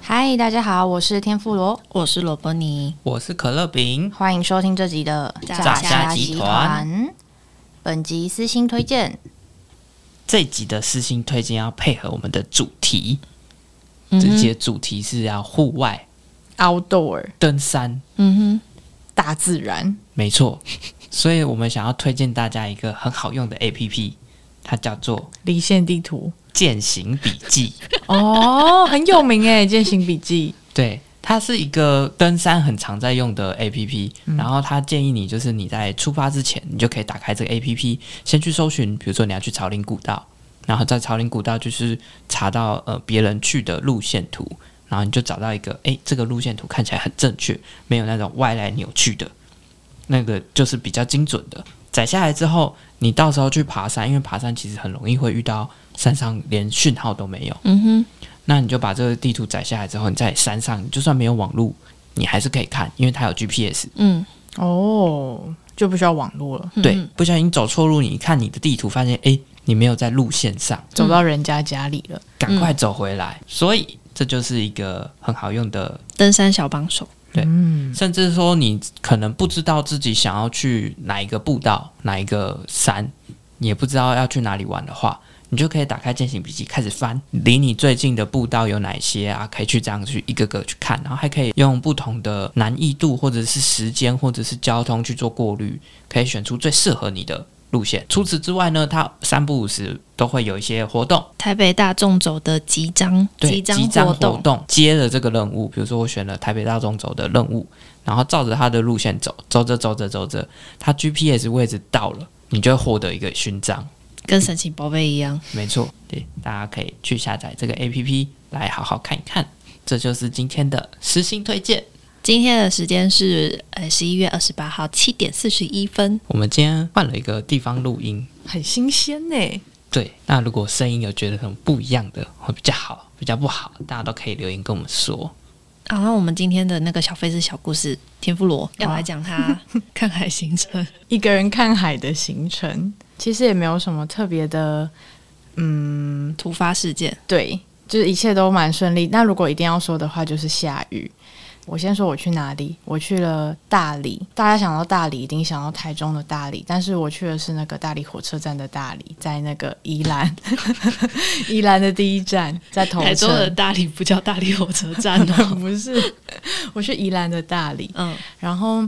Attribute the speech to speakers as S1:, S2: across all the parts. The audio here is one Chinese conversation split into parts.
S1: 嗨，大家好，我是天妇罗，
S2: 我是罗伯尼，
S3: 我是可乐饼，
S1: 欢迎收听这集的
S2: 炸虾
S3: 集团。
S1: 本集私心推荐，
S3: 这集的私信推荐要配合我们的主题，这集的主题是要户外
S1: outdoor，
S3: 登山，
S1: 嗯哼，大自然，
S3: 没错。 所以我们想要推荐大家一个很好用的 APP，它叫做
S2: 离线地图
S3: 《践行笔记》。
S2: 哦，很有名哎，《践行笔记
S3: 对，它是一个登山很常在用的 APP，、然后它建议你就是你在出发之前，你就可以打开这个 APP，先去搜寻，比如说你要去朝林古道，然后在朝林古道就是查到呃别人去的路线图，然后你就找到一个，诶，这个路线图看起来很正确，没有那种外来扭曲的，那个就是比较精准的。载下来之后，你到时候去爬山，因为爬山其实很容易会遇到山上连讯号都没有。
S2: 嗯
S3: 那你就把这个地图载下来之后，你在山上，你就算没有网路，你还是可以看，因为它有 GPS、》。
S2: 嗯哦，就不需要网络了，
S3: 对，不小心走错路，你看你的地图，发现诶，你没有在路线上，
S2: 走到人家家里了。
S3: 赶快走回来。所以这就是一个很好用的，
S4: 登山小帮手。
S3: 甚至说你可能不知道自己想要去哪一个步道、哪一个山，你也不知道要去哪里玩的话。你就可以打开践行笔记，开始翻离你最近的步道有哪些啊？可以去这样去一个个去看，然后还可以用不同的难易度，或者是时间，或者是交通去做过滤，可以选出最适合你的路线。除此之外呢，它三不五时都会有一些活动，
S4: 台北大众走的集章，
S3: 对，
S4: 章
S3: 集章
S4: 活
S3: 活动接了这个任务，比如说我选了台北大众走的任务，然后照着它的路线走，走着走着走着，它 GPS 位置到了，你就会获得一个勋章。
S4: 跟神奇宝贝一样。
S3: 没错，对，大家可以去下载这个 APP 来好好看一看。这就是今天的实心推荐。
S4: 今天的时间是呃十一月二十八号七点四十一分。
S3: 我们今天换了一个地方录音，
S2: 很新鲜呢，
S3: 对，那如果声音有觉得什么不一样的，会比较好，比较不好，大家都可以留言跟我们说。
S4: 好、那我们今天的那个小飞是小故事，田妇罗要来讲 他看海行程。
S2: 一个人看海的行程，其实也没有什么特别的，嗯，
S4: 突发事件，
S2: 对，就是一切都蛮顺利。那如果一定要说的话，就是下雨。我先说我去哪里，我去了大理。大家想到大理，一定想到台中的大理，但是我去的是那个大理火车站的大理，在那个宜 兰，宜兰的第一站在头
S4: 台中的
S2: 城，
S4: 大理不叫大理火车站哦。
S2: 不是， 我去宜兰的大理。
S4: 嗯，
S2: 然后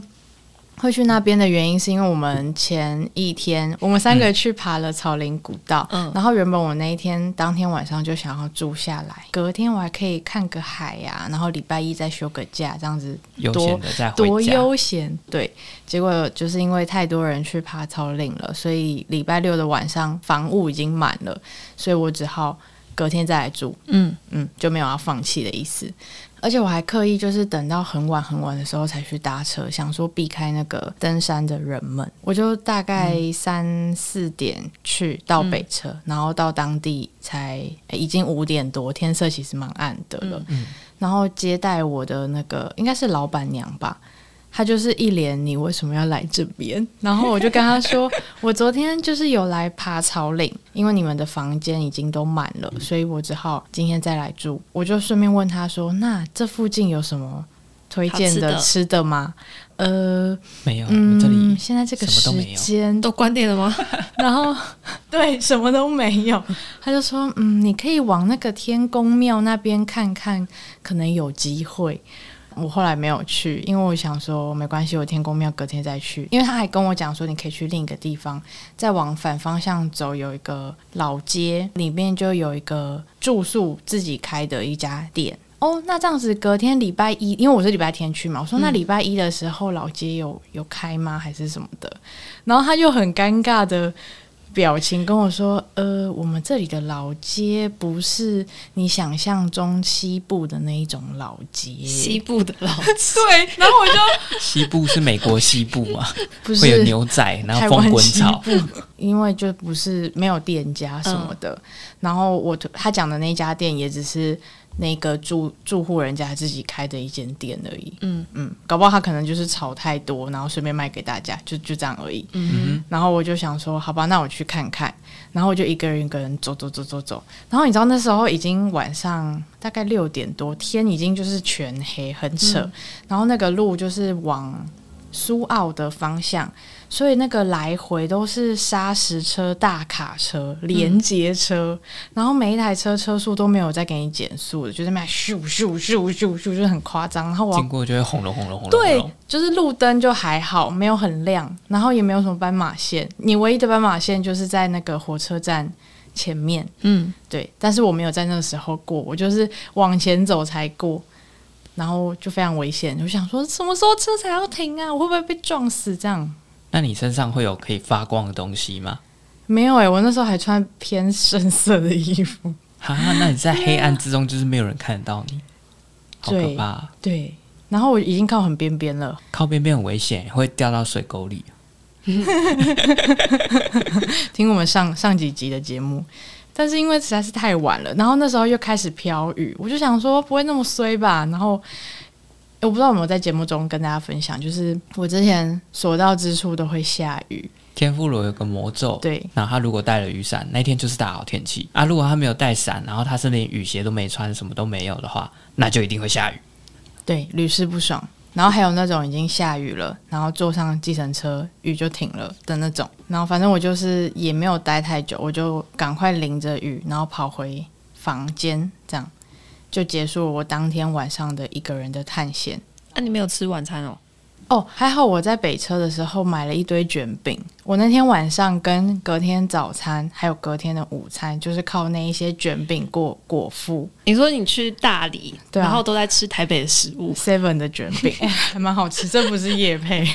S2: 会去那边的原因，是因为我们前一天我们三个去爬了草林古道，
S4: 嗯
S2: 然后原本我那一天当天晚上就想要住下来，隔天我还可以看个海呀、然后礼拜一再休个假，这样子
S3: 悠
S2: 多
S3: 闲的再
S2: 多
S3: 回家，
S2: 悠闲。对，结果就是因为太多人去爬草岭了，所以礼拜六的晚上房务已经满了，所以我只好隔天再来住。
S4: 嗯
S2: 嗯，就没有要放弃的意思。而且我还刻意就是等到很晚很晚的时候才去搭车，想说避开那个登山的人们。我就大概三四点去到北车，然后到当地才、诶已经五点多，天色其实蛮暗的了。然后接待我的那个应该是老板娘吧，他就是一脸你为什么要来这边？ 然后我就跟他 说，我昨天就是有来爬草岭，因为你们的房间已经都满了，
S3: 嗯
S2: 所以我只好今天再来住。我就顺便问他说，那这附近有什么推荐
S4: 好吃
S2: 的
S4: 的
S2: 吃的吗？呃，
S3: 没有，我哦们
S2: 嗯，
S3: 这里
S2: 现在这个
S3: 什
S2: 时
S3: 么都没有
S2: 间，
S4: 都关店了吗？
S2: 然后 对什么都没有，他就说，嗯，你可以往那个天宫庙那边看看，可能有机会。我后来没有去，因为我想说没关系，我天宫庙隔天再去。因为他还跟我讲说，你可以去另一个地方，再往反方向走，有一个老街，里面就有一个住宿自己开的一家店。哦，那这样子隔天礼拜一，因为我是礼拜天去嘛，我说那礼拜一的时候老街有有开吗？还是什么的？然后他就很尴尬的表情跟我说：“呃，我们这里的老街不是你想象中西部的那一种老街，
S4: 西部的老
S2: 对。”然后我就
S3: 西部是美国西部嘛，
S2: 不
S3: 会有
S2: 是
S3: 牛仔，然
S2: 台
S3: 后
S2: 湾
S3: 风滚
S2: 西
S3: 草，
S2: 部， 因为就嗯不是没有店家什么的。然后我推他讲的那家店也只是那个住住户人家自己开的一间店而已。
S4: 嗯
S2: 嗯，搞不好他可能就是炒太多，然后顺便卖给大家，就就这样而已。
S3: 嗯
S2: 然后我就想说，好吧，那我去看看。然后我就一个人一个人走走走走走。然后你知道那时候已经晚上大概六点多，天已经就是全黑，很扯。然后那个路就是往苏澳的方向，所以那个来回都是砂石车、大卡车、连接车，然后每一台车车速都没有再给你减速的，就是那样咻咻咻咻咻，就是很夸张。然后我要
S3: 经过就会轰隆轰隆轰隆轰
S2: 对
S3: 隆。，
S2: 就是路灯就还好，没有很亮，然后也没有什么斑马线。你唯一的斑马线就是在那个火车站前面，
S4: 嗯，
S2: 对。但是我没有在那个时候过，我就是往前走才过，然后就非常危险。我想说，什么时候车才要停啊？我会不会被撞死？这样
S3: 那你身上会有可以发光的东西吗？
S2: 没有诶、欸我那时候还穿偏深色的衣服，
S3: 哈，那你在黑暗之中，就是没有人看得到你，好可
S2: 对
S3: 怕啊、
S2: 对。然后我已经靠很边边了，
S3: 靠边边很危险，会掉到水沟里。
S2: 听我们上上几集的节目，但是因为实在是太晚了，然后那时候又开始飘雨，我就想说不会那么衰吧。然后我不知道有没有在节目中跟大家分享，就是我之前所到之处都会下雨，
S3: 天妇罗有个魔咒，
S2: 对
S3: 然后他如果带了雨伞，那天就是大好天气啊。如果他没有带伞，然后他是连雨鞋都没穿，什么都没有的话，那就一定会下 雨。
S2: 对，屡试不爽。然后还有那种已经下雨了，然后坐上计程车雨就停了的那种。然后反正我就是也没有待太久，我就赶快淋着雨，然后跑回房间，这样就结束了我当天晚上的一个人的探险。
S4: 那、啊你没有吃晚餐哦？
S2: 哦，还好我在北车的时候买了一堆卷饼。我那天晚上跟隔天早餐还有隔天的午餐，就是靠那一些卷饼过果腹。
S4: 你说你去大理，
S2: 对啊
S4: 然后都在吃台北的食物，
S2: Seven 的卷 饼、哎还蛮好吃，这不是夜配，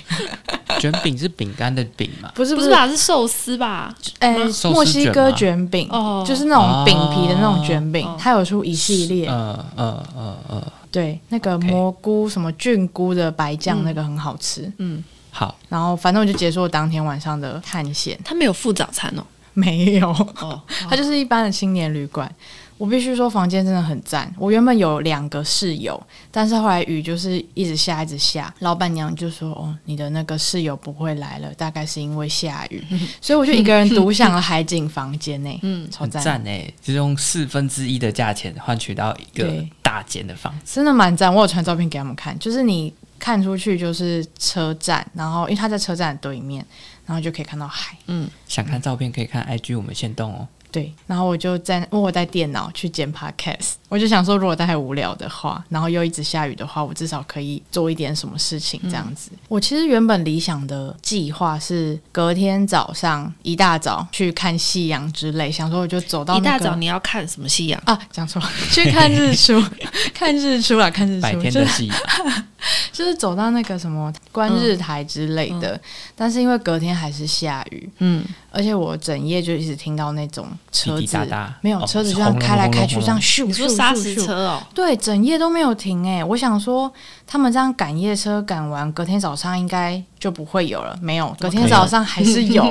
S3: 卷饼是饼干的饼嘛？
S2: 不是
S4: 不
S2: 是
S4: 是，吧？是寿司吧？
S2: 哎、
S4: 吗
S3: 寿司
S2: 墨西
S3: 卷
S2: 哥
S3: 吗
S2: 卷饼，
S4: 哦
S2: 就是那种饼皮的那种卷饼，
S4: 哦
S2: 它有出一系列，
S3: 呃呃呃呃，
S2: 对，那个
S3: OK
S2: 蘑菇什么菌菇的白酱那个很好吃。
S4: 嗯，
S3: 好，
S2: 然后反正我就结束我当天晚上的探险，
S4: 他没有附早餐哦。
S2: 没有。
S4: 哦，
S2: 它就是一般的青年旅馆。我必须说，房间真的很赞。我原本有两个室友，但是后来雨就是一直下，一直下。老板娘就说：“哦，你的那个室友不会来了，大概是因为下雨。”所以我就一个人独享了海景房间呢、嗯，超
S3: 很
S2: 赞，
S3: 赞哎，就是用四分之一的价钱换取到一个
S2: 对
S3: 大间的房子。
S2: 真的蛮赞。我有传照片给他们看，就是你看出去就是车站，然后因为它在车站的对面，然后就可以看到海。
S3: 想看照片可以看 IG 我们限动哦。
S2: 对，然后我就在我有带电脑去剪 podcast，我就想说，如果太无聊的话，然后又一直下雨的话，我至少可以做一点什么事情这
S3: 嗯
S2: 样子。我其实原本理想的计划是隔天早上一大早去看夕阳之类，想说我就走到、
S4: 一
S2: 那
S4: 大
S2: 个、
S4: 早你要看什么夕阳？
S2: 啊，讲错，去看日出， 看日出啦，看日
S3: 白
S2: 出，
S3: 天
S2: 就
S3: 的
S2: 是
S3: 夕阳，
S2: 就是走到那个什么观
S3: 嗯
S2: 日台之类的，但是因为隔天还是下雨，
S4: 嗯，
S2: 而且我整夜就一直听到那种车
S3: 滴滴
S2: 子
S3: 答答
S2: 没有
S3: 哦
S2: 车子这样开来开去，这样咻咻咻咻，
S4: 你说砂石车哦？
S2: 对，整夜都没有停哎、我想说，他们这样赶夜车赶完，隔天早上应该就不会有了。没有，隔天早上还是 有，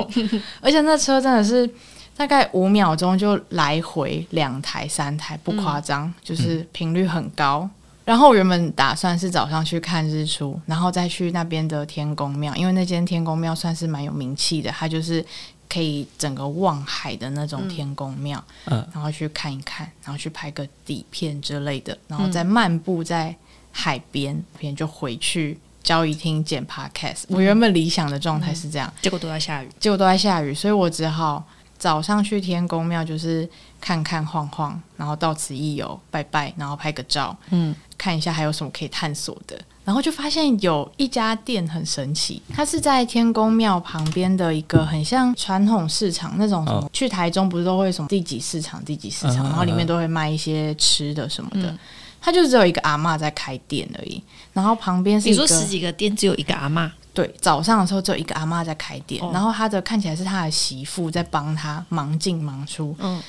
S2: 而且那车真的是大概五秒钟就来回两台、三台，
S4: 嗯
S2: 不夸张，就是频率很高。然后我原本打算是早上去看日出，然后再去那边的天宫庙，因为那间天宫庙算是蛮有名气的，它就是可以整个望海的那种天宫庙。
S3: 嗯，
S2: 然后去看一看，然后去拍个底片之类的，然后再漫步在海边，边就回去交易厅剪 podcast。我原本理想的状态是这样，
S4: 结果都在下雨。
S2: 结果都在下雨，所以我只好早上去天宫庙，就是看看晃晃，然后到此一游，拜拜，然后拍个照，
S4: 嗯，
S2: 看一下还有什么可以探索的。然后就发现有一家店很神奇，它是在天宫庙旁边的一个很像传统市场那种什么，
S3: 哦
S2: 去台中不是都会什么第几市场、第几市
S3: 嗯
S2: 场，
S3: 嗯嗯
S2: 然后里面都会卖一些吃的什么的。它就只有一个阿嬷在开店而已，然后旁边是
S4: 你
S2: 一个
S4: 说十几个店只有一个阿嬷，
S2: 对，早上的时候只有一个阿妈在开店，
S4: 哦
S2: 然后她的看起来是她的媳妇在帮她忙进忙出，
S4: 嗯，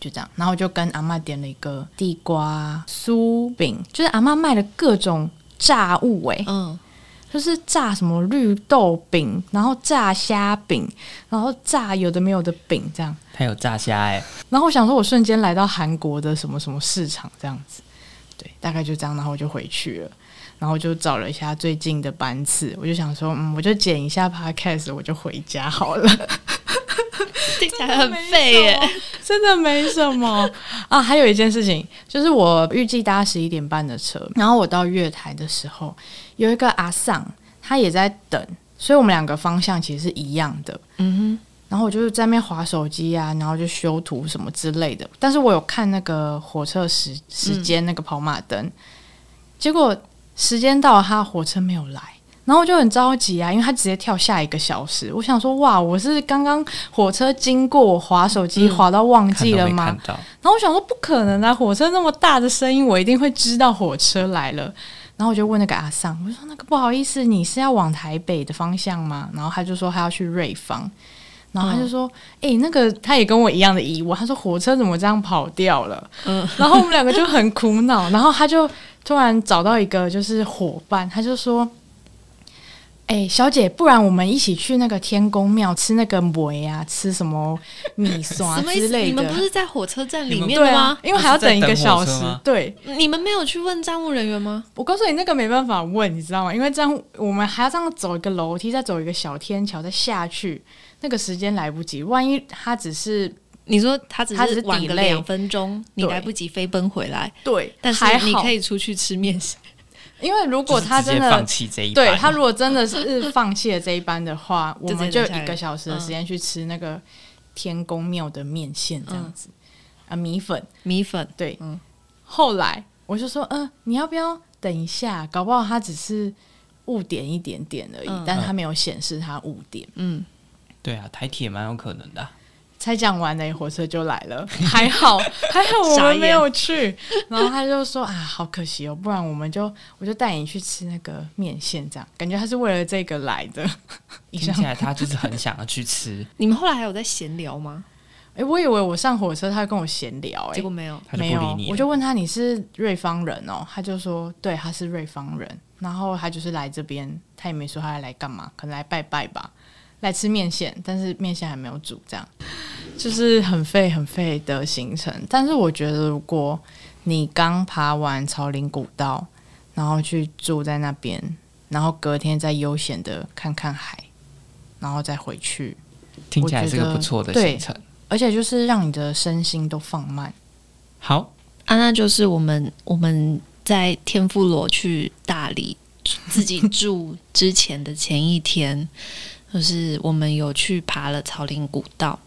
S2: 就这样。然后我就跟阿妈点了一个地瓜酥饼，就是阿妈卖的各种炸物、欸，
S4: 嗯，
S2: 就是炸什么绿豆饼，然后炸虾饼，然后炸有的没有的饼这样。
S3: 它有炸虾哎、
S2: 然后我想说，我瞬间来到韩国的什么什么市场这样子。对，大概就这样，然后我就回去了。然后就找了一下最近的班次，我就想说，嗯，我就剪一下 podcast，我就回家好了。
S4: 听起来很废耶。
S2: 真的没什么啊。还有一件事情，就是我预计搭十一点半的车，然后我到月台的时候，有一个阿尚，他也在等，所以我们两个方向其实是一样的。
S4: 嗯
S2: 然后我就在那边划手机啊，然后就修图什么之类的。但是我有看那个火车时时间那个跑马灯，结果时间到了，他火车没有来。然后我就很着急啊，因为他直接跳下一个小时。我想说，哇，我是刚刚火车经过，我划手机划到忘
S3: 嗯看
S2: 记
S3: 都
S2: 了
S3: 没
S2: 吗？
S3: 看到，
S2: 然后我想说不可能啊，火车那么大的声音，我一定会知道火车来了。然后我就问那个阿尚，我说那个不好意思，你是要往台北的方向吗？然后他就说他要去瑞芳，然后他就
S4: 嗯
S2: 说，诶，那个他也跟我一样的疑问，他说火车怎么这样跑掉了？
S4: 嗯
S2: 然后我们两个就很苦恼，然后他就突然找到一个就是伙伴，他就说。诶，小姐，不然我们一起去那个天宫庙吃那个馍呀、吃什么 米
S4: 哼，
S2: 刷
S4: 什么意
S2: 之
S4: 思？
S2: 类的。
S4: 你们不是在火车站里
S3: 你们
S4: 面
S2: 对
S4: 的
S2: 啊
S4: 吗？，
S2: 因为还要等一个小时
S3: 不是在等火车吗。
S2: 对，
S4: 你们没有去问站务人员吗？
S2: 我告诉你，那个没办法问，你知道吗？因为这样我们还要这样走一个楼梯，再走一个小天桥，再下去，那个时间来不及。万一他只是
S4: 你说他只
S2: 他只
S4: 是
S2: 是
S4: 晚个
S2: delay
S4: 两分钟，你
S2: 对
S4: 来不及飞奔回来，
S2: 对，
S4: 但是
S2: 还
S4: 你
S2: 好
S4: 可，以出去吃面线。
S2: 因为如果他
S3: 就是直
S2: 真
S3: 接
S2: 的
S3: 放弃这一
S2: 对
S3: 班
S2: 他如果真的是放弃了这一班的话，我们
S4: 就
S2: 就
S4: 直接嗯
S2: 一个小时的时间去吃那个天宫庙的面线这样
S4: 嗯
S2: 子、啊，米粉。
S4: 米粉，
S2: 对，
S4: 嗯
S2: 后来我就说，嗯、你要不要等一下？搞不好他只是误点一点点而已，
S4: 嗯
S2: 但他没有显示他误点。
S4: 嗯，
S3: 对啊，台铁蛮有可能 的啊、
S2: 才讲完呢，火车就来了，还好还好我
S4: 傻
S2: 们
S4: 眼
S2: 没有去。然后他就说啊，好可惜哦，不然我们就我就带你去吃那个面线，这样感觉他是为了这个来的。以
S3: 听
S2: 上
S3: 起，来他就是很想要去 吃，
S4: 你们后来还有在闲聊吗？
S2: 哎、我以为我上火车他会跟我闲聊、诶
S4: 结果没有。
S3: 他就
S2: 没
S3: 不理
S2: 有
S3: 你，了。
S2: 我就问他你是瑞芳人哦，他就说对，他是瑞芳人，然后他就是来这边，他也没说他来干嘛，可能来拜拜吧，来吃面线，但是面线还没有煮，这样就是很费很费的行程。但是我觉得，如果你刚爬完朝林古道，然后去住在那边，然后隔天再悠闲的看看海，然后再回去，
S3: 听起来是
S2: 我觉
S3: 个
S2: 得
S3: 不错的
S2: 对
S3: 行程。
S2: 而且就是让你的身心都放慢。
S3: 好，
S4: 啊，那就是我们我们在天妇罗去大理自己住之前的前一天， 就是我们有去爬了草林古道。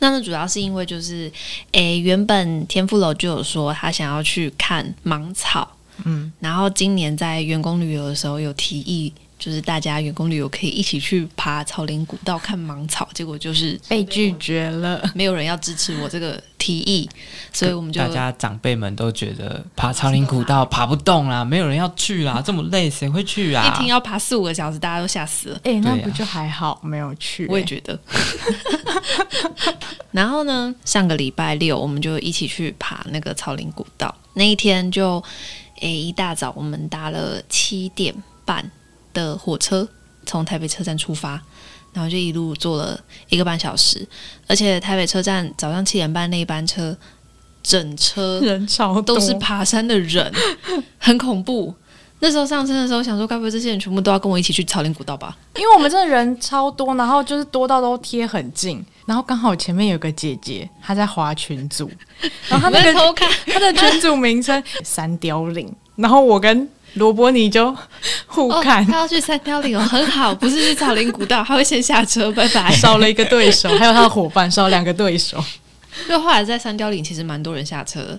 S4: 那那主要是因为就是，诶，原本天妇罗就有说他想要去看芒草，
S2: 嗯，
S4: 然后今年在员工旅游的时候有提议，就是大家员工旅游可以一起去爬草林古道看芒草，结果就是
S2: 被拒绝了。
S4: 没有人要支持我这个提议，所以我们就
S3: 大家长辈们都觉得爬朝林古道爬不动啦，没有人要去 啦，这么累谁会去啊？
S4: 一听要爬四五个小时，大家都吓死了。
S2: 哎、那
S3: 对啊
S2: 不就还好没有去、
S4: 我也
S2: 欸
S4: 觉得。 然后呢，上个礼拜六我们就一起去爬那个草林古道。那一天就，诶，一大早我们搭了七点半的火车，从台北车站出发，然后就一路坐了一个半小时。而且台北车站早上七点半那一班车，整 车
S2: 人潮
S4: 都是爬山的人，很恐怖。那时候上山的时候，想说该不会这些人全部都要跟我一起去草林古道吧？
S2: 因为我们这人超多，然后就是多到都贴很近，然后刚好前面有个姐姐，她在划群 组，然后她
S4: 我
S2: 那
S4: 在
S2: 个
S4: 偷看，
S2: 她的群组名称三凋零，然后我跟罗伯尼就互
S4: 哦，
S2: 看，
S4: 他要去三貂岭哦，很好，不是去草林古道，他会先下车，拜 拜。
S2: 少了一个对手，还有他的伙伴少了两个对手，
S4: 就后来在三貂岭其实蛮多人下车的，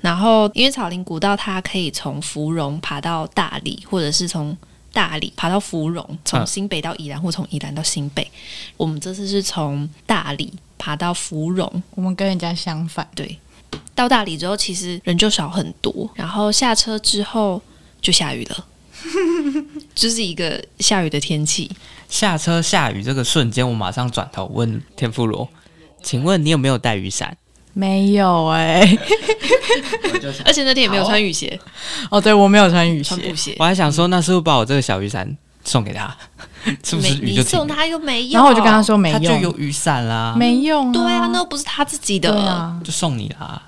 S4: 然后因为草林古道它可以从芙蓉爬到大理，或者是从大理爬到芙蓉，从
S3: 嗯
S4: 新北到宜兰，或从宜兰到新北。我们这次是从大理爬到芙蓉，
S2: 我们跟人家相反，
S4: 对，到大理之后其实人就少很多，然后下车之后就下雨了。 就是一个下雨的天气，
S3: 下车下雨这个瞬间，我马上转头问天妇罗：“请问你有没有带雨伞
S2: 没有哎、欸
S4: 而且那天也没有穿雨鞋，
S2: 哦，对我没有穿雨
S4: 穿布
S2: 鞋，
S4: 鞋？”
S3: 我。还想说，那是不是把我这个小雨伞送给 他？是不
S4: 没
S3: 是雨就
S4: 你
S3: 停
S4: 送
S3: 了？
S4: 他又没用，
S2: 然后我就跟他说没
S3: 他就
S2: 用，
S4: 嗯
S3: 有雨伞啦，
S2: 没用、啊
S4: 啊对啊，那又不是他自己的，
S2: 对啊，
S3: 就送你啦。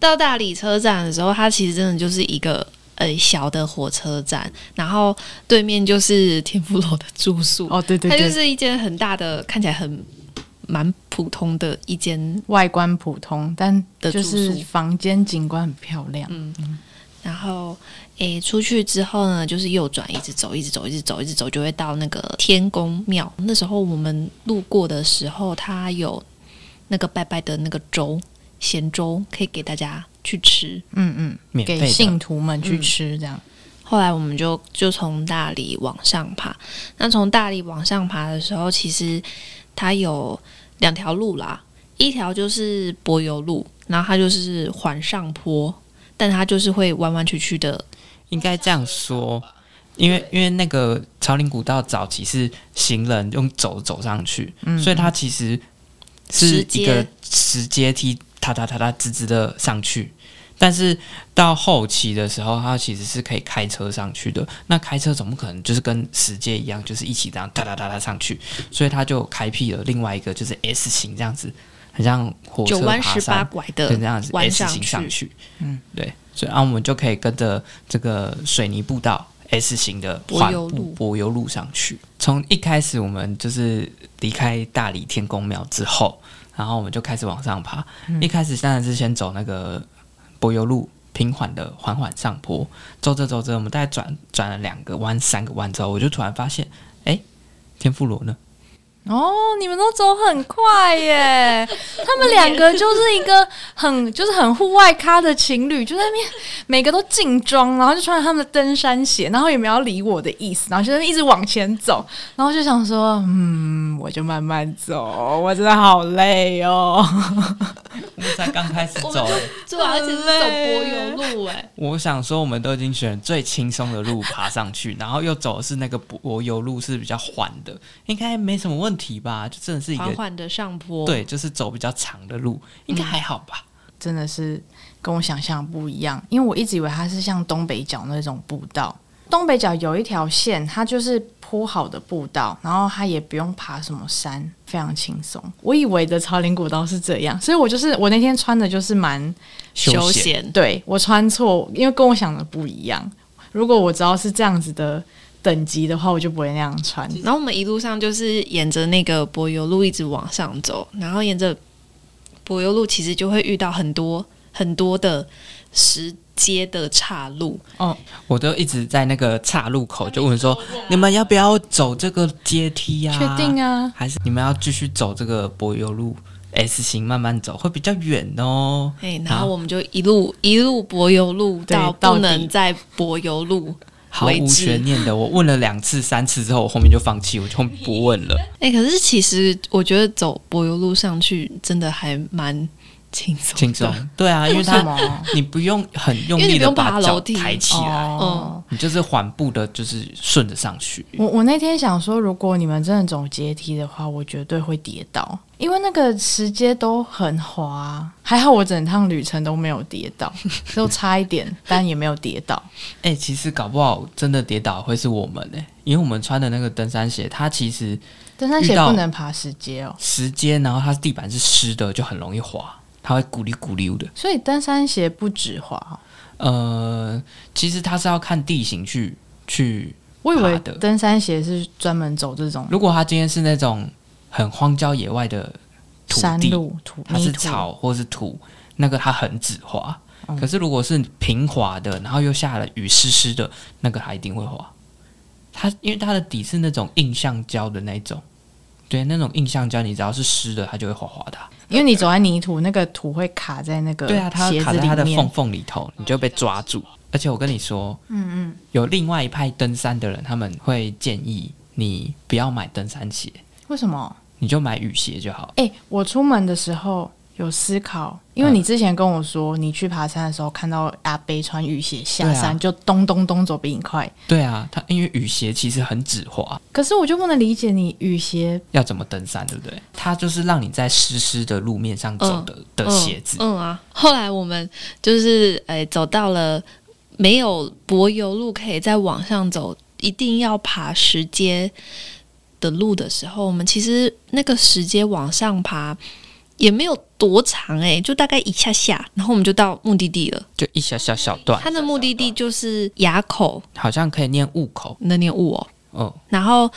S4: 到大理车站的时候，它其实真的就是一个呃小的火车站，然后对面就是天妇罗的住宿，
S2: 哦，对对
S4: 它
S2: 对，
S4: 就是一间很大的，看起来很蛮普通的一间，
S2: 外观普通，但
S4: 的
S2: 就
S4: 住
S2: 是
S4: 宿
S2: 房间景观很漂亮。
S4: 然后诶出去之后呢，就是右转，一直走，一直走，一直走，一直走，就会到那个天宫庙。那时候我们路过的时候，它有那个拜拜的那个粥，咸粥可以给大家去吃。
S2: 嗯嗯，
S3: 免费
S2: 给
S3: 的
S2: 信徒们去吃这样。
S4: 后来我们就就从大理往上爬。那从大理往上爬的时候，其实它有两条路啦，一条就是柏油路，然后它就是环上坡，但它就是会弯弯曲曲的。
S3: 应该这样说，因为因为那个朝林古道早期是行人用走走上去，
S4: 嗯
S3: 所以它其实是一个石阶梯，踏踏踏踏直直的上去。但是到后期的时候，它其实是可以开车上去的。那开车总不可能就是跟石阶一样，就是一起这样哒哒哒哒上去，所以它就开辟了另外一个就是 S 型这样子，很像火
S4: 九
S3: 车
S4: 弯
S3: 爬
S4: 十八
S3: 山
S4: 拐
S3: 就
S4: 的
S3: 这样子
S4: 弯
S3: S
S4: 上
S3: 型
S4: 去
S3: 上去，嗯，对，所以啊，我们就可以跟着这个水泥步道 S 型的
S4: 柏
S3: 缓
S4: 油
S3: 步
S4: 路
S3: 柏油路上去。从一开始我们就是离开大理天宫庙之后，然后我们就开始往上爬。
S4: 嗯
S3: 一开始当然是先走那个柏油路。平缓的缓缓上坡，走着走着，我们大概转转了两个弯、三个弯之后，我就突然发现，哎、天妇罗呢？
S2: 哦，你们都走很快耶！他们两个就是一个很 就是很户外咖的情侣，就在那边每个都劲装，然后就穿着他们的登山鞋，然后也没有要理我的意思，然后就在那边一直往前走，然后就想说，嗯，我就慢慢走，我真的好累哦。
S3: 我们才刚开 始走、诶
S4: 对啊，而且是走柏油路哎、
S3: 我想说，我们都已经选最轻松的路爬上去，然后又走的是那个柏油路是比较缓的，应该没什么问题吧？就真的是一个
S4: 缓缓的上坡。
S3: 对，就是走比较长的路，应该还好吧？
S2: 真的是跟我想象不一样，因为我一直以为它是像东北角那种步道。东北角有一条线，它就是铺好的步道，然后它也不用爬什么山，非常轻松。我以为的朝林古道是这样，所以我就是我那天穿的就是蛮
S4: 休
S3: 闲
S4: 闲，
S2: 对我穿错，因为跟我想的不一样。如果我知道是这样子的等级的话，我就不会那样穿。
S4: 然后我们一路上就是沿着那个柏油路一直往上走，然后沿着柏油路其实就会遇到很多很多的石阶的岔路，
S2: 哦
S3: 我都一直在那个岔路口就问说，你们要不要走这个阶梯呀、
S2: 确定
S3: 啊？
S2: 啊？
S3: 还是你们要继续走这个柏油路 S 型慢慢走，会比较远哦。
S4: 哎，然后我们就一路一路柏油路
S2: 对
S4: 到
S2: 到
S4: 不能
S2: 底
S4: 再柏油路。
S3: 毫
S4: 为
S3: 无
S4: 止
S3: 悬念的，我问了两次、三次之后，我后面就放弃，我就不问了。
S4: 哎，可是其实我觉得走柏油路上去真的还蛮轻松的，
S3: 轻松，对啊，因为
S2: 什
S3: 它
S2: 么？
S3: 你不用很用
S4: 因为
S3: 力
S4: 你不
S3: 的
S4: 用
S3: 把
S4: 爬
S3: 脚
S4: 楼梯
S3: 抬起来，
S2: 哦
S3: 你就是缓步的，就是顺着上去。
S2: 我我那天想说，如果你们真的走阶梯的话，我绝对会跌倒，因为那个石阶都很滑啊。还好我整趟旅程都没有跌倒，就差一点，但也没有跌倒。
S3: 哎、其实搞不好真的跌倒会是我们哎、因为我们穿的那个登山鞋，它其实
S2: 登山鞋
S3: 遇到
S2: 不能爬石阶哦，
S3: 石阶，然后它地板是湿的，就很容易滑，它会咕溜咕溜的。
S2: 所以登山鞋不止滑哦。
S3: 呃，其实它是要看地形去去，
S2: 我以为
S3: 爬的
S2: 登山鞋是专门走这种
S3: 如果它今天是那种很荒郊野外的土
S2: 山
S3: 地，
S2: 路土
S3: 它
S2: 泥
S3: 是
S2: 土，嗯
S3: 草或是土，那个它很止滑。可是如果是平滑的，然后又下了雨湿湿的，那个它一定会滑。它因为它的底是那种硬橡胶的那种，对，那种硬橡胶，你只要是湿的，它就会滑滑的啊。
S2: 因为你走在泥土，那个土会卡在那个
S3: 对啊，它
S2: 鞋
S3: 卡
S2: 子
S3: 在它
S2: 里
S3: 的缝
S2: 面。嗯
S3: 缝里头，你就被抓住。而且我跟你说，嗯嗯，有另外一派登山的人，他们会建议你不要买登山鞋，
S2: 为什么？
S3: 你就买雨鞋就好了。
S2: 哎、我出门的时候有思考，因为你
S3: 嗯
S2: 之前跟我说，你去爬山的时候看到阿贝穿雨鞋下山，
S3: 对啊
S2: 就咚咚咚走比你快。
S3: 对啊，它因为雨鞋其实很止滑，
S2: 可是我就不能理解你雨鞋，
S3: 要怎么登山，对不对？它就是让你在湿湿的路面上走的、的鞋子，
S4: 嗯。嗯啊，后来我们就是诶、哎走到了没有柏油路可以再往上走，一定要爬石阶的路的时候，我们其实那个石阶往上爬。也没有多长哎、就大概一下下，然后我们就到目的地了。
S3: 就一小小小段，
S4: 它的目的地就是垭口，
S3: 好像可以念雾口，
S4: 那念雾哦。
S3: 嗯，
S4: 然后，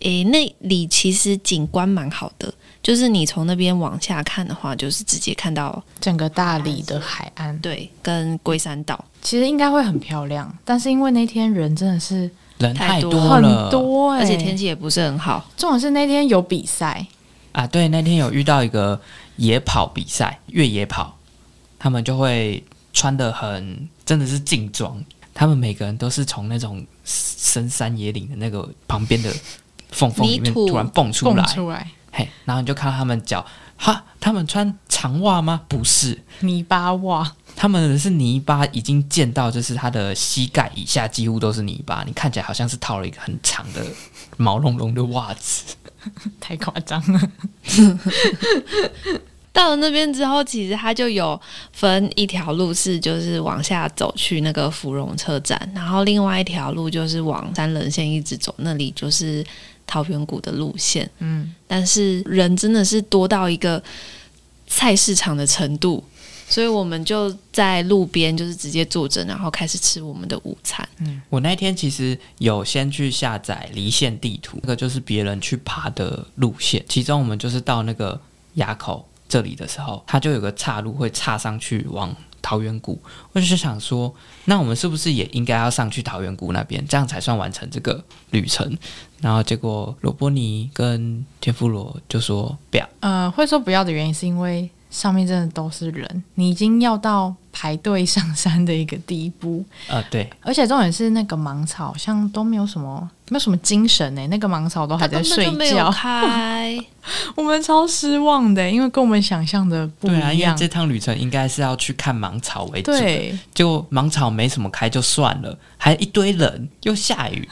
S4: 诶，那里其实景观蛮好的，就是你从那边往下看的话，就是直接看到
S2: 整个大理的海岸，
S4: 对，跟龟山岛。
S2: 其实应该会很漂亮。但是因为那天人真的是
S3: 人太
S4: 太多
S3: 多
S2: 很
S3: 了，
S2: 多、欸，
S4: 而且天气也不是很好，
S2: 重点是那天有比赛，
S3: 啊，对，那天有遇到一个野跑比赛，越野跑，他们就会穿的很，真的是劲装，他们每个人都是从那种深山野岭的那个旁边的缝缝里面
S4: 泥土
S3: 突然蹦出
S2: 蹦
S3: 来，
S2: 出来
S3: 嘿，然后你就看到他们脚，哈，他们穿长袜吗？不是，
S2: 泥巴袜，
S3: 他们的是泥巴，已经溅到就是他的膝盖以下几乎都是泥巴，你看起来好像是套了一个很长的毛茸茸的袜子。
S2: 太夸张了。
S4: 到了那边之后，其实它就有分一条路是就是往下走去那个芙蓉车站，然后另外一条路就是往三棱线一直走，那里就是桃源谷的路线。
S2: 嗯，
S4: 但是人真的是多到一个菜市场的程度，所以我们就在路边就是直接坐着，然后开始吃我们的午餐。
S3: 我那天其实有先去下载离线地图，那个就是别人去爬的路线。其中我们就是到那个垭口这里的时候，它就有个岔路会岔上去往桃源谷。我就是想说，那我们是不是也应该要上去桃源谷那边，这样才算完成这个旅程？然后结果罗伯尼跟天妇罗就说不要，
S2: 呃，会说不要的原因是因为上面真的都是人，你已经要到排队上山的一个地步，
S3: 呃，对，
S2: 而且重点是那个芒草好像都没有什么，没有什么精神呢、那个芒草都还
S4: 它
S2: 在
S4: 根本
S2: 睡
S4: 就没有
S2: 觉，
S4: 开，
S2: 我们超失望的、因为跟我们想象的不
S3: 对啊，
S2: 一
S3: 因为
S2: 样。
S3: 这趟旅程应该是要去看芒草为主的
S2: 对，
S3: 就芒草没什么开就算了，还一堆人，又下雨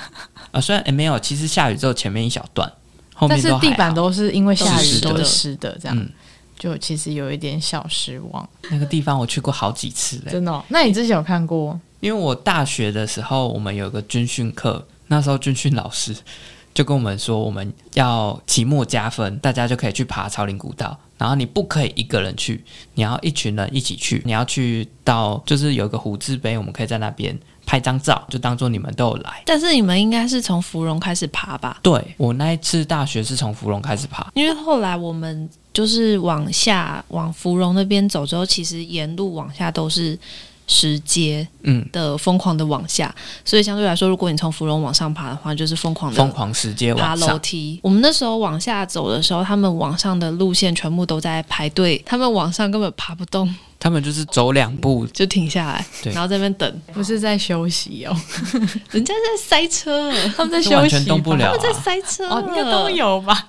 S3: 啊。虽然、诶没有，其实下雨之后前面一小段，后
S2: 但
S3: 面
S2: 是
S3: 都还
S2: 地板
S3: 好
S2: 都是因为下雨
S3: 湿的
S2: 都是湿的，这样、
S3: 嗯，
S2: 就其实有一点小失望。
S3: 那个地方我去过好几次嘞。
S2: 真的哦、那你之前有看过？
S3: 因为我大学的时候，我们有个军训课，那时候军训老师就跟我们说，我们要期末加分，大家就可以去爬朝林古道。然后你不可以一个人去，你要一群人一起去。你要去到就是有一个虎字碑，我们可以在那边拍张照，就当做你们都有来。
S4: 但是你们应该是从芙蓉开始爬吧？
S3: 对我那一次大学是从芙蓉开始爬，
S4: 因为后来我们就是往下往芙蓉那边走之后，其实沿路往下都是石阶
S3: 嗯，
S4: 的疯狂的往下，所以相对来说，如果你从芙蓉往上爬的话，就是疯狂
S3: 疯
S4: 的
S3: 狂时间
S4: 爬
S3: 往
S4: 楼
S3: 上，
S4: 梯。我们那时候往下走的时候，他们往上的路线全部都在排队，他们往上根本爬不动，
S3: 他们就是走两步，
S4: 就停下来，
S3: 对
S4: 然后在那边等，
S2: 不是在休息哦，
S4: 人家在塞 车，
S2: 他们在
S3: 就
S2: 休息吧，
S3: 完全动不了、
S4: 在
S3: 啊，
S4: 塞 车，
S2: 哦，应该都有吧？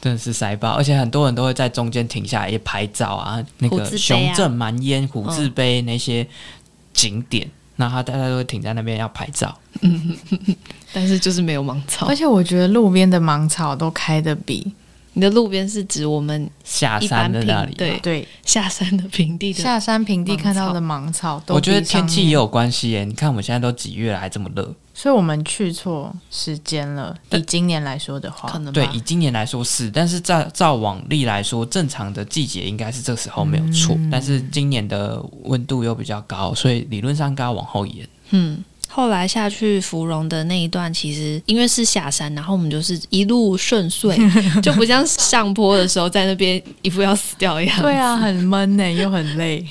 S3: 真的是塞爆，而且很多人都会在中间停下来也拍照啊，那
S4: 虎
S3: 个
S4: 字碑
S3: 熊
S4: 啊
S3: 镇蛮烟、虎字碑那些景点，那他大家都会停在那边要拍照，
S4: 但是就是没有芒草
S2: 哦而。且我觉得路边的芒草都开的比
S4: 你的路边是指我们
S3: 下
S4: 一般
S3: 山的那
S4: 平
S3: 里，啊
S4: 对
S2: 对
S4: 下山的平地的
S2: 下山平地看到的芒草都，
S3: 我觉得天气也，有关系耶。你看我们现在都几月了，还这么热，
S2: 所以我们去错时间了。以今年来说的
S4: 可
S2: 话，
S4: 能吧
S3: 对，以今年来说是，但是照照往例来说，正常的季节应该是这时候没有错，
S4: 嗯
S3: 但是今年的温度又比较高，所以理论上应该要往后延。
S4: 嗯，后来下去芙蓉的那一段，其实因为是下山，然后我们就是一路顺遂，就不像上坡的时候在那边一副要死掉的样子。
S2: 对啊，很闷呢、又很累。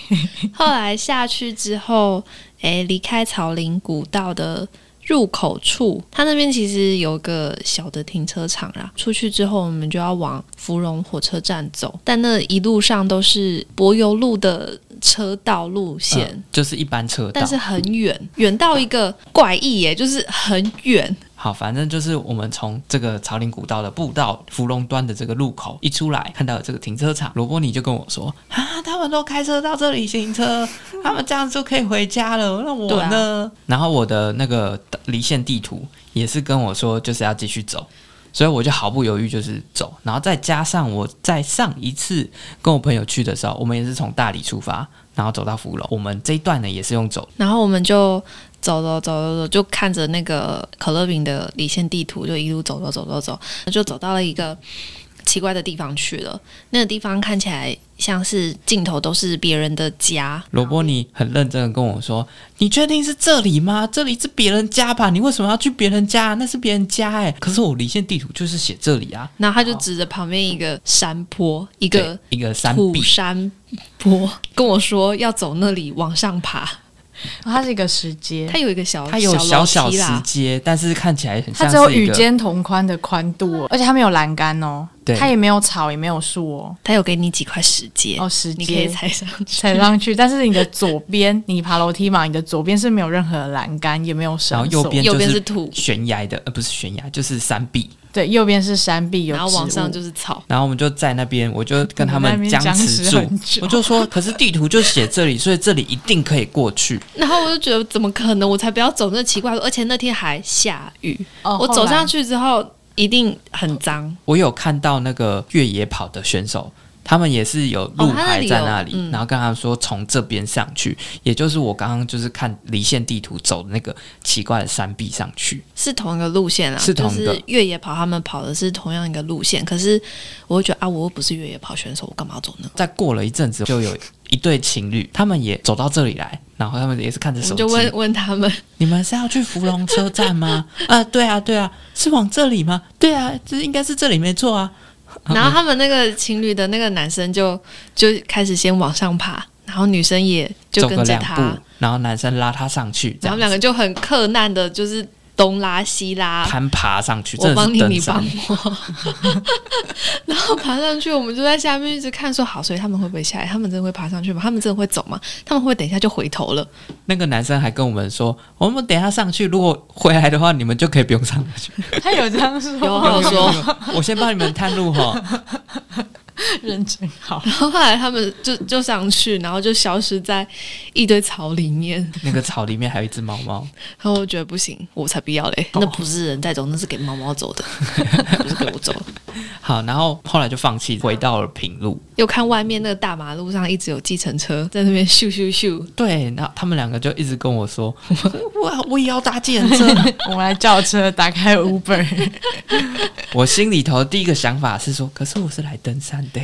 S4: 后来下去之后，诶，离开草林古道的入口处，它那边其实有个小的停车场啦。出去之后，我们就要往芙蓉火车站走，但那一路上都是柏油路的车道路线。
S3: 嗯就是一般车道，
S4: 但是很远，远到一个怪异耶，就是很远，
S3: 好，反正就是我们从这个朝林古道的步道芙蓉端的这个路口一出来，看到有这个停车场，罗伯尼就跟我说：“啊，他们都开车到这里停车，他们这样就可以回家了，那我呢？”然后我的那个离线地图也是跟我说，就是要继续走。所以我就毫不犹豫就是走，然后再加上我在上一次跟我朋友去的时候，我们也是从大理出发，然后走到芙蓉。我们这一段呢也是用走的，
S4: 然后我们就走走走走走，就看着那个可乐饼的离线地图，就一路走走走走走，就走到了一个奇怪的地方去了。那个地方看起来像是尽头都是别人的家，
S3: 罗伯尼很认真的跟我说：“你确定是这里吗？这里是别人家吧？你为什么要去别人家？那是别人家哎、可是我离线地图就是写这里啊，
S4: 然后他就指着旁边一个山坡，一个
S3: 对一个山
S4: 土
S3: 壁，
S4: 山坡，跟我说要走那里往上爬。
S2: 哦它是一个石阶，
S4: 它有一个小
S3: 它有小小
S4: 楼梯
S3: 石
S4: 啦，
S3: 阶，但是看起来很
S2: 它
S3: 像
S2: 只有
S3: 是一
S2: 与
S3: 个
S2: 肩同宽的宽度、哦，而且它没有栏杆哦，
S3: 对
S2: 它也没有草，也没有树哦，
S4: 它有给你几块石阶，
S2: 哦，石
S4: 你可
S2: 阶
S4: 以踩上去。
S2: 踩上去，但是你的左边，你爬楼梯嘛，你的左边是没有任何栏杆，也没有绳
S3: 然后
S2: 索，
S3: 右边
S4: 右
S3: 就
S4: 边是
S3: 是
S4: 土，
S3: 悬崖的，呃，不是悬崖，就是山壁。
S2: 对，右边是山壁，有
S4: 然后往
S2: 植
S4: 上
S2: 物
S4: 就是草。
S3: 然后我们就在那边，我就跟他
S2: 你
S3: 们
S2: 们在那边
S3: 持
S2: 僵持
S3: 住
S2: 很久，
S3: 我就说，可是地图就写这里，所以这里一定可以过去。
S4: 然后我就觉得怎么可能？我才不要走那奇怪路，而且那天还下雨，
S2: 哦
S4: 我走上
S2: 去，
S4: 去之后一定很脏。
S3: 我有看到那个越野跑的选手，他们也是有路
S4: 哦他那
S3: 牌
S4: 里
S3: 在
S4: 有
S3: 那里，
S4: 嗯
S3: 然后跟他们说从这边上去，也就是我刚刚就是看离线地图走的那个奇怪的山壁上去。
S4: 是同一个路线啦，
S3: 是同一
S4: 就
S3: 个
S4: 是越野跑，他们跑的是同样一个路线。可是我会觉得啊，我又不是越野跑选手，我干嘛要走呢？
S3: 再过了一阵子，就有一对情侣，他们也走到这里来，然后他们也是看着
S4: 我
S3: 手
S4: 们
S3: 机
S4: 就，问问 他们，
S3: 你们是要去芙蓉车站吗？ 啊，对啊，对啊，是往这里吗？对啊，这应该是这里没错啊。
S4: 然后他们那个情侣的那个男生就就开始先往上爬，然后女生也就
S3: 走
S4: 跟
S3: 个
S4: 着
S3: 两
S4: 他，
S3: 步，然后男生拉他上去，这
S4: 然后他
S3: 样
S4: 们两个就很克难的，就是东拉西拉。
S3: 攀爬上去，
S4: 啊我
S3: 真的
S4: 帮
S3: 是
S4: 你，
S3: 登
S4: 你帮
S3: 山。
S4: 我， 然后爬上去，我们就在下面一直看，说好，所以他们会不会下来？他们真的会爬上去吗？他们真的会走吗？他们会不会等一下就回头了？
S3: 那个男生还跟我们说，我们等一下上去，如果回来的话，你们就可以不用上 去。
S2: 他有这样说，
S3: 啊
S2: 哦
S4: 有我有说
S3: 我先帮你们探路哈。
S2: 认真好，
S4: 然后后来他们就就上去，然后就消失在一堆草里面。
S3: 那个草里面还有一只猫猫，
S4: 然后我觉得不行，我才不要嘞！那不是人在走，那是给猫猫走的，不是给我走的。
S3: 好，然后后来就放弃，回到了平路。
S4: 又看外面那个大马路上一直有计程车在那边咻咻咻，
S3: 对，然后他们两个就一直跟我 说，哇，我也要搭计程车。
S2: 我们来叫车，打开 Uber，
S3: 我心里头第一个想法是说，可是我是来登山的，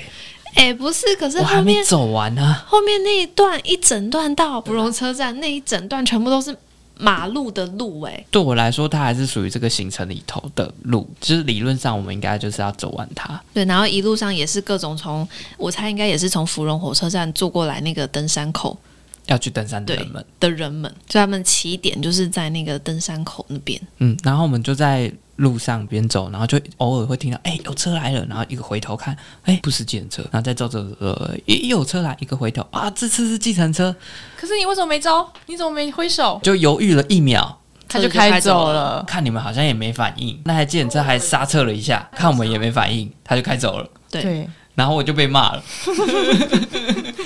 S4: 哎、不是，可是
S3: 我还
S4: 后
S3: 没
S4: 面
S3: 走完呢、啊。
S4: 后面那一段一整段到芙蓉车站那一整段全部都是马路的路、哎，
S3: 对我来说，它还是属于这个行程里头的路，就是理论上我们应该就是要走完它。
S4: 对，然后一路上也是各种从，我猜应该也是从芙蓉火车站坐过来那个登山口
S3: 要去登山的人们，
S4: 的人们，就他们起点就是在那个登山口那边。
S3: 嗯，然后我们就在路上边走，然后就偶尔会听到，哎、有车来了，然后一个回头看，哎、不是计程车，然后再走走走走，呃也也有车来，一个回头，啊，这次是计程车，
S2: 可是你为什么没招？你怎么没挥手？
S3: 就犹豫了一秒，
S2: 他
S4: 车
S2: 就
S4: 就开
S2: 开
S4: 走
S2: 走
S4: 了
S2: 了，
S3: 看你们好像也没反应，那台计程车还刹车了一下，看我们也没反应，他就开走了，
S4: 对
S2: 对，
S3: 然后我就被骂了，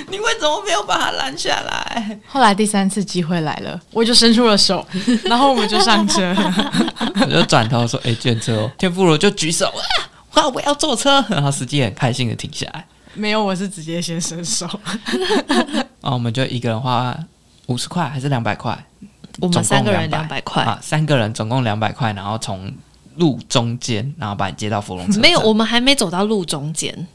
S3: 你为什么没有把他拦下来？
S2: 后来第三次机会来了，我就伸出了手，然后我们就上车了。
S3: 我就转头说，哎、计程车哦，天妇罗就举手，啊，哇，我要坐车，然后司机很开心的停下来。
S2: 没有，我是直接先伸手。
S3: 哦，我们就一个人花五十块还是两百块？
S4: 我们三个人
S3: 两
S4: 两百块，
S3: 啊，三个人总共两百块，然后从路中间，然后把你接到芙蓉车站。
S4: 没有，我们还没走到路中间，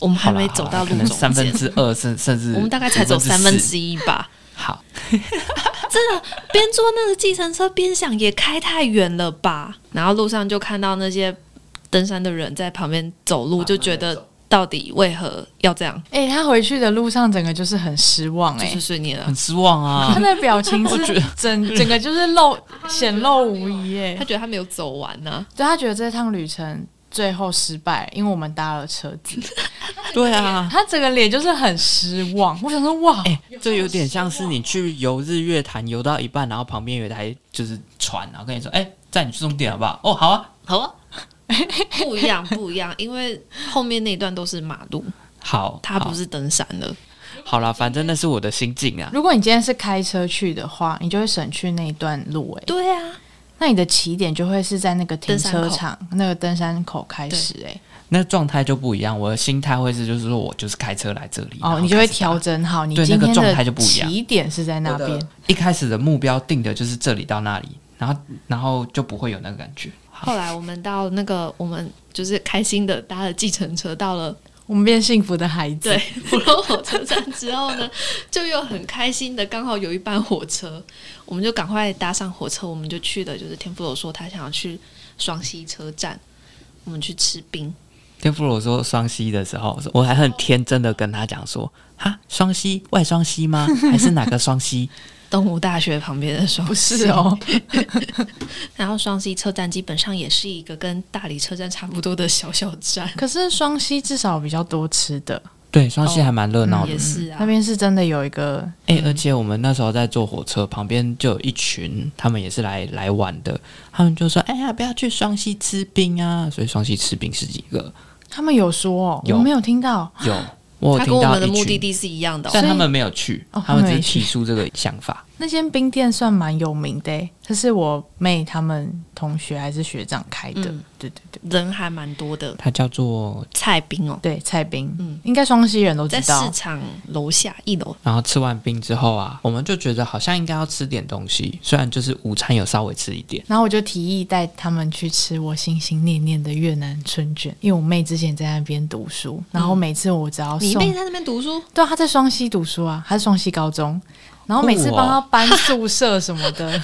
S4: 我们还
S3: 好啦
S4: 没走
S3: 好
S4: 到
S3: 啦
S4: 路
S3: 可能
S4: 中
S3: 三分
S4: 间，
S3: 之二，甚甚至
S4: 我们大概才走三分之
S3: 一。
S4: 一吧。
S3: 好，
S4: 边坐那个计程车边想，也开太远了吧？然后路上就看到那些登山的人在旁边走路，就觉得到底为何要这样？
S2: 哎、他回去的路上整个就是很失望、
S4: 就
S2: 哎、
S4: 是随你了
S3: 很。失望啊。
S2: 他的表情
S3: 我觉
S2: 是
S3: 得
S2: 整整个就是露显露无遗、哎
S4: 他，觉得他没有走完啊呢、
S2: 对他觉得这趟旅程最后失败，因为我们搭了车子，
S3: 对啊，
S2: 他整个脸就是很失望。我想说，哇，
S3: 哎、这有点像是你去游日月潭，游到一半，然后旁边有一台就是船，然后跟你说，哎、载你去终点好不好？哦，好啊，
S4: 好啊， 不一样，不一样，因为后面那一段都是马路，
S3: 好，
S4: 他
S3: 好
S4: 不是登山了。
S3: 好啦，反正那是我的心境啊。
S2: 如果你今天是开车去的话，你就会省去那一段路、哎，
S4: 对啊，
S2: 那你的起点就会是在那个停车
S4: 登山
S2: 场、那个登山口开始、哎，
S3: 那状态就不一样，我的心态会是，就是说我就是开车来这里，然
S2: 哦，
S3: 后
S2: 你就会
S3: 开始搭
S2: 调整好你
S3: 对
S2: 今
S3: 那个
S2: 天
S3: 状态就
S2: 的
S3: 不一样
S2: 起点是在那
S3: 我的
S2: 边。
S3: 一开始的目标定的就是这里到那里，然后然后就不会有那个感觉。
S4: 后来我们到那个，我们就是开心的搭了计程车，到了
S2: 我们变幸福的孩子
S4: 对，普罗火车站之后呢，就又很开心的，刚好有一班火车，我们就赶快搭上火车，我们就去的就是天妇罗说他想要去双溪车站，我们去吃冰，
S3: 天妇罗说双溪的时候，我还很天真的跟他讲说，哈，双溪外双溪 吗？还是哪个双溪？
S4: 东吴大学旁边的双
S2: 不
S4: 溪
S2: 是哦，
S4: 然后双溪车站基本上也是一个跟大理车站差不多的小小站，
S2: 可是双溪至少比较多吃的，
S3: 对，双溪还蛮热闹的。
S4: 也是啊
S3: 嗯
S2: 那。边哦是真的有一个
S3: 哎、而且我们那时候在坐火车，旁边就有一群，他们也是来来玩的，他们就说：“哎呀，不要去双溪吃冰啊！”所以双溪吃冰是几个？
S2: 他们有说、哦，
S3: 有
S2: 我没有听到，
S3: 有， 我有
S4: 它跟
S3: 听
S4: 我
S3: 到
S4: 们的
S3: 一
S4: 目
S3: 群，
S4: 的地是一样的哦、
S3: 但他们没有去，
S2: 哦
S3: 他们
S2: 他
S3: 只
S2: 们
S3: 是
S2: 没去
S3: 提出这个想法。
S2: 那间冰店算蛮有名的欸，这是我妹他们同学还是学长开的，
S4: 嗯
S2: 对对对
S4: 人还蛮多的。
S3: 它叫做，
S4: 菜冰哦，
S2: 对，蔡冰，
S4: 嗯
S2: 应该双溪人都知
S4: 在
S2: 道
S4: 市，场楼下一楼，
S3: 然后吃完冰之后啊，我们就觉得好像应该要吃点东西，虽然就是午餐有稍微吃一点，
S2: 然后我就提议带他们去吃我心心念念的越南春卷，因为我妹之前在那边读书，然后每次我只要
S4: 哎你
S2: 送，
S4: 妹在那边读书，
S2: 对啊，她在双溪读书啊，她是双溪高中，然后每次
S3: 酷哦
S2: 帮她 搬宿舍什么的，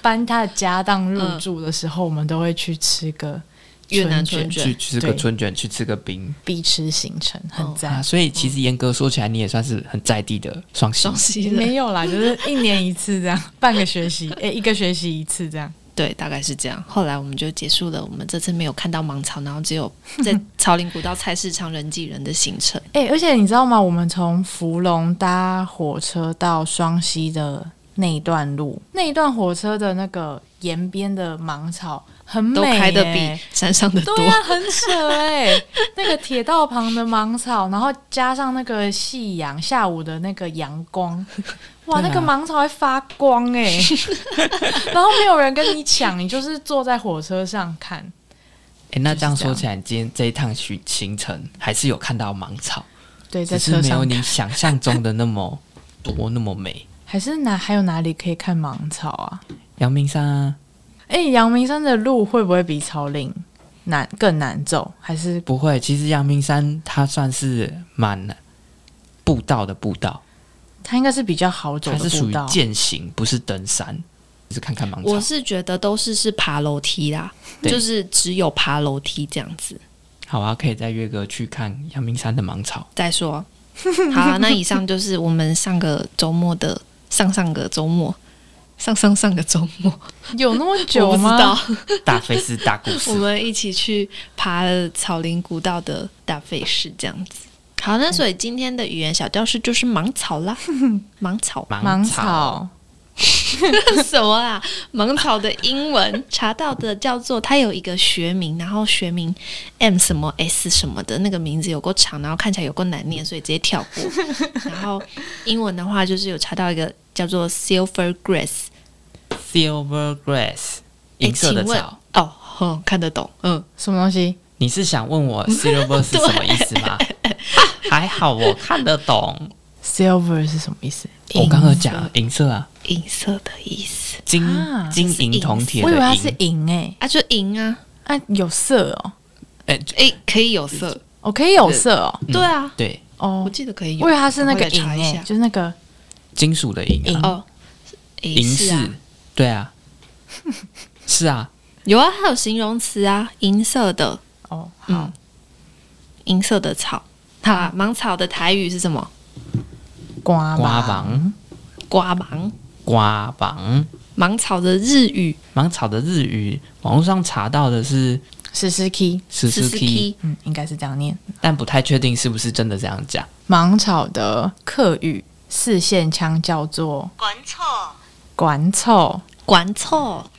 S2: 搬她的家当入住的时候，我们都会去吃个
S4: 越南
S2: 春
S4: 春
S2: 卷，
S3: 去
S4: 卷，
S3: 吃个
S2: 对
S3: 春卷，去吃个冰
S2: 必吃行程，很赞。
S3: 啊。所以其实严格说起来，你也算是很在地的双溪
S4: 双。溪人，
S2: 没有啦，就是一年一次这样，半个学期，诶、一个学期一次这样。
S4: 对，大概是这样。后来我们就结束了，我们这次没有看到芒草，然后只有在 草林古道菜市场人挤人的行程。
S2: 诶、哎而且你知道吗？我们从芙蓉搭火车到双溪的那一段路，那一段火车的那个沿边的芒草很美、
S4: 都开的比
S2: 诶
S4: 山上的多。
S2: 对啊，很扯诶，那个铁道旁的芒草，然后加上那个夕阳下午的那个阳光，哇，
S3: 对啊
S2: 那个芒草会发光 诶，然后没有人跟你抢，你就是坐在火车上看。
S3: 哎，那这样
S2: 就是这
S3: 说
S2: 样
S3: 起来，你今天这一趟行行程还是有看到芒草，
S2: 对，
S3: 只
S2: 在
S3: 是
S2: 车
S3: 没有
S2: 上
S3: 你想象中的那么多那么美。
S2: 还是哪还有哪里可以看芒草啊？
S3: 阳明山啊，
S2: 哎、阳明山的路会不会比草岭难更难走？还是
S3: 不会，其实阳明山它算是蛮步道的步道，
S2: 它应该是比较好走
S3: 它是
S2: 的
S3: 属
S2: 步
S3: 于
S2: 道？
S3: 践行，不是登山。就是看看芒
S4: 我
S3: 草，
S4: 是觉得都是是爬楼梯啦，
S3: 对
S4: 就是只有爬楼梯这样子。
S3: 好啊，可以再约个去看阳明山的芒草。
S4: 再说，好啊、那以上就是我们上个周末的上上个周末。上上上个周末，
S2: 有那么
S4: 我
S2: 久
S4: 不知
S2: 吗？
S4: 道，
S3: 大飞是大故
S4: 我
S3: 事，
S4: 们一起去爬了草林古道的大费市这样子。好，那所以今天的语言小教室就是芒草啦，芒草
S2: 芒
S3: 草，
S2: 草，
S4: 什么啦？芒草的英文查到的叫做，它有一个学名，然后学名 M 什么 S 什么的那个名字有够长，然后看起来有够难念，所以直接跳 过。然后英文的话，就是有查到一个叫做 Silver Grass，
S3: silver grass，
S4: 诶
S3: 银色的
S4: 请问
S3: 草。
S4: 哦，哼，看得懂，嗯，
S2: 什么东西？
S3: 你是想问我 silver 是什么意思吗？还好我看得懂。
S2: Silver 是什么意思？
S3: 我刚刚讲银色啊，
S4: 银色的意思
S3: 金
S2: 啊
S3: 金银铜铁
S2: 我以为它
S3: 的
S2: 是
S3: 银。
S2: 银诶、
S4: 啊，就银啊，
S2: 啊，有色哦，
S3: 哎，
S4: 诶，可以有色，
S2: 我可以有色哦，
S3: 嗯
S4: 对啊，
S3: 对，
S4: 我
S2: 哦，
S4: 记得可以有，
S2: 我以为它是那
S4: 我
S2: 个
S4: 来
S2: 银
S4: 查一
S2: 诶、
S4: 下
S2: 就是那个
S3: 金属的银啊，
S4: 哦，诶
S3: 银
S4: 是啊
S3: 饰，对 啊，是啊，
S4: 有啊，它有形容词啊，银色的，
S2: 哦，好，
S4: 嗯，银色的草。好啊，芒草的台语是什么？
S2: 瓜
S3: 瓜
S2: 吧，
S3: 芒，
S4: 瓜芒。
S3: 瓜芒。
S4: 芒草的日语
S3: 芒草的日语，网络上查到的是
S2: 石狮 key，
S3: s u z u k i
S4: “suzuki”，
S2: 嗯，应该是这样念。
S3: 但不太确定是不是真的这样讲。
S2: 芒草的客语四线腔叫做管草，
S4: 管错。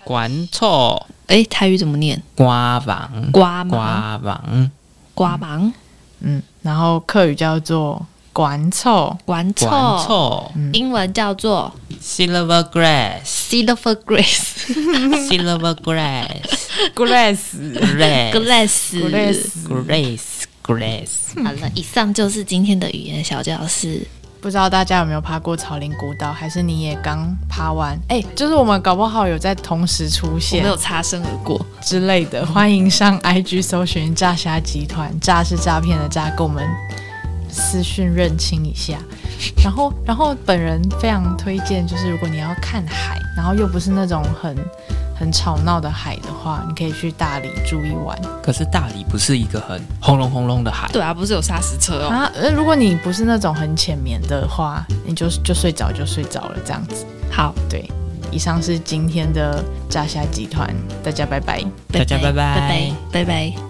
S3: 管错
S4: 哎，台语怎么念？
S3: 瓜芒，
S4: 瓜芒，
S3: 瓜芒，
S4: 瓜芒，
S2: 嗯，然后客语叫做管草，
S4: 管
S3: 管
S4: 错。
S3: 错嗯
S4: 英文叫做
S3: silver grass，silver
S4: silver grace
S3: grass，grass
S2: grass grass。
S4: glass。嗯
S3: grass grass。
S4: 好了，以上就是今天的语言小教室。
S2: 不知道大家有没有爬过草林古道，还是你也刚爬完？哎、就是我们搞不好有在同时出
S4: 我
S2: 现
S4: 没有擦身而过。
S2: 之类的，欢迎上 IG 搜寻“诈虾集团”，诈是诈骗的诈，跟我们私讯认清一下。然后，然后本人非常推荐，就是如果你要看海，然后又不是那种很很吵闹的海的话，你可以去大理住一晚。
S3: 可是大理不是一个很轰隆轰隆的海，
S4: 对啊，不是有砂石车哦，
S2: 啊，呃如果你不是那种很浅眠的话，你就就睡着就睡着了这样子。
S4: 好，
S2: 对，以上是今天的炸虾集团，大家拜拜。
S3: 大家拜拜
S4: 拜拜，拜拜。